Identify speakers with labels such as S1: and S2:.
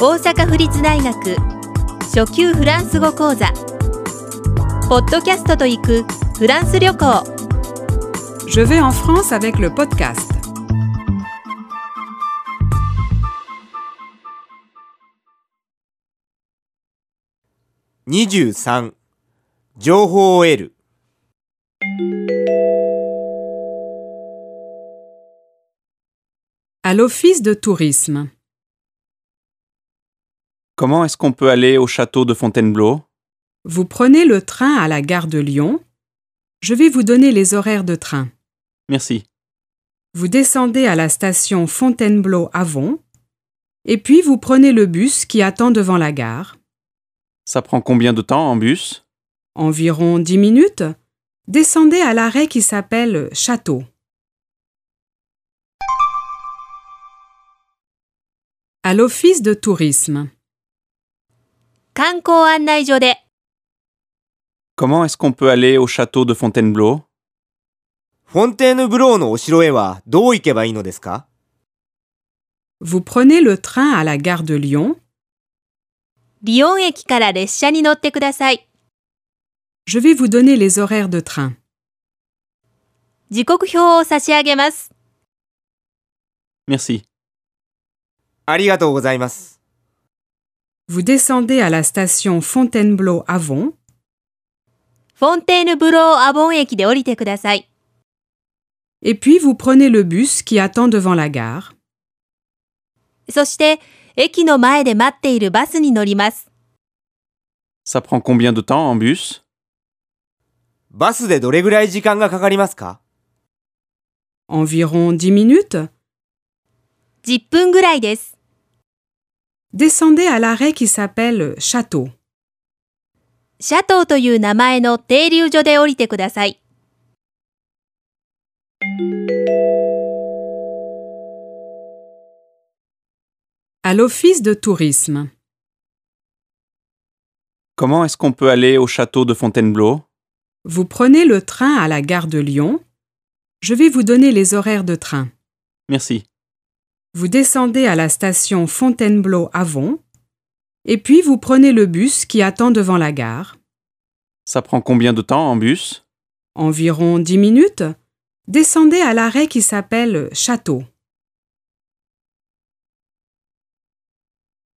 S1: 大阪府立大学初級フランス語講座ポッドキャストと行くフランス旅行
S2: Je vais en France avec le podcast.
S3: 23情報を得る
S2: À l'Office de tourisme.
S4: Comment est-ce qu'on peut aller au château de Fontainebleau
S2: Vous prenez le train à la gare de Lyon. Je vais vous donner les horaires de train.
S4: Merci.
S2: Vous descendez à la station Fontainebleau-Avon. Et puis vous prenez le bus qui attend devant la gare.
S4: Ça prend combien de temps en bus
S2: Environ 10 minutes. Descendez à l'arrêt qui s'appelle Château. À l'Office de tourisme.
S1: 観光案内所で
S4: Comment est-ce qu'on peut aller au château de Fontainebleau
S3: フォンテーヌブローのお城へはどう行けばいいのですか
S2: Vous prenez le train à la gare de Lyon.
S1: リヨン駅から列車に乗ってください
S2: Je vais vous donner les horaires de train.
S1: 時刻表を差し上げます
S4: Merci.
S3: ありがとうございます。
S2: Vous descendez à la station Fontainebleau-Avon.
S1: フォンテーヌブローアボン駅で降りてください
S2: Et puis vous prenez le bus qui attend devant la gare.
S1: そして駅の前で待っているバスに乗ります
S4: Ça prend combien de temps en bus
S3: バスでどれぐらい時間がかかりますか
S2: Environ 10 minutes.
S1: 10分ぐらいです
S2: Descendez à l'arrêt qui s'appelle Château.
S1: シャトーという名前の停留所で降りてください
S2: À l'Office de tourisme.
S4: Comment est-ce qu'on peut aller au château de Fontainebleau
S2: Vous prenez le train à la gare de Lyon. Je vais vous donner les horaires de train.
S4: Merci.
S2: Vous descendez à la station Fontainebleau-Avon. Et puis vous prenez le bus qui attend devant la gare.
S4: Ça prend combien de temps en bus
S2: Environ 10 minutes. Descendez à l'arrêt qui s'appelle Château.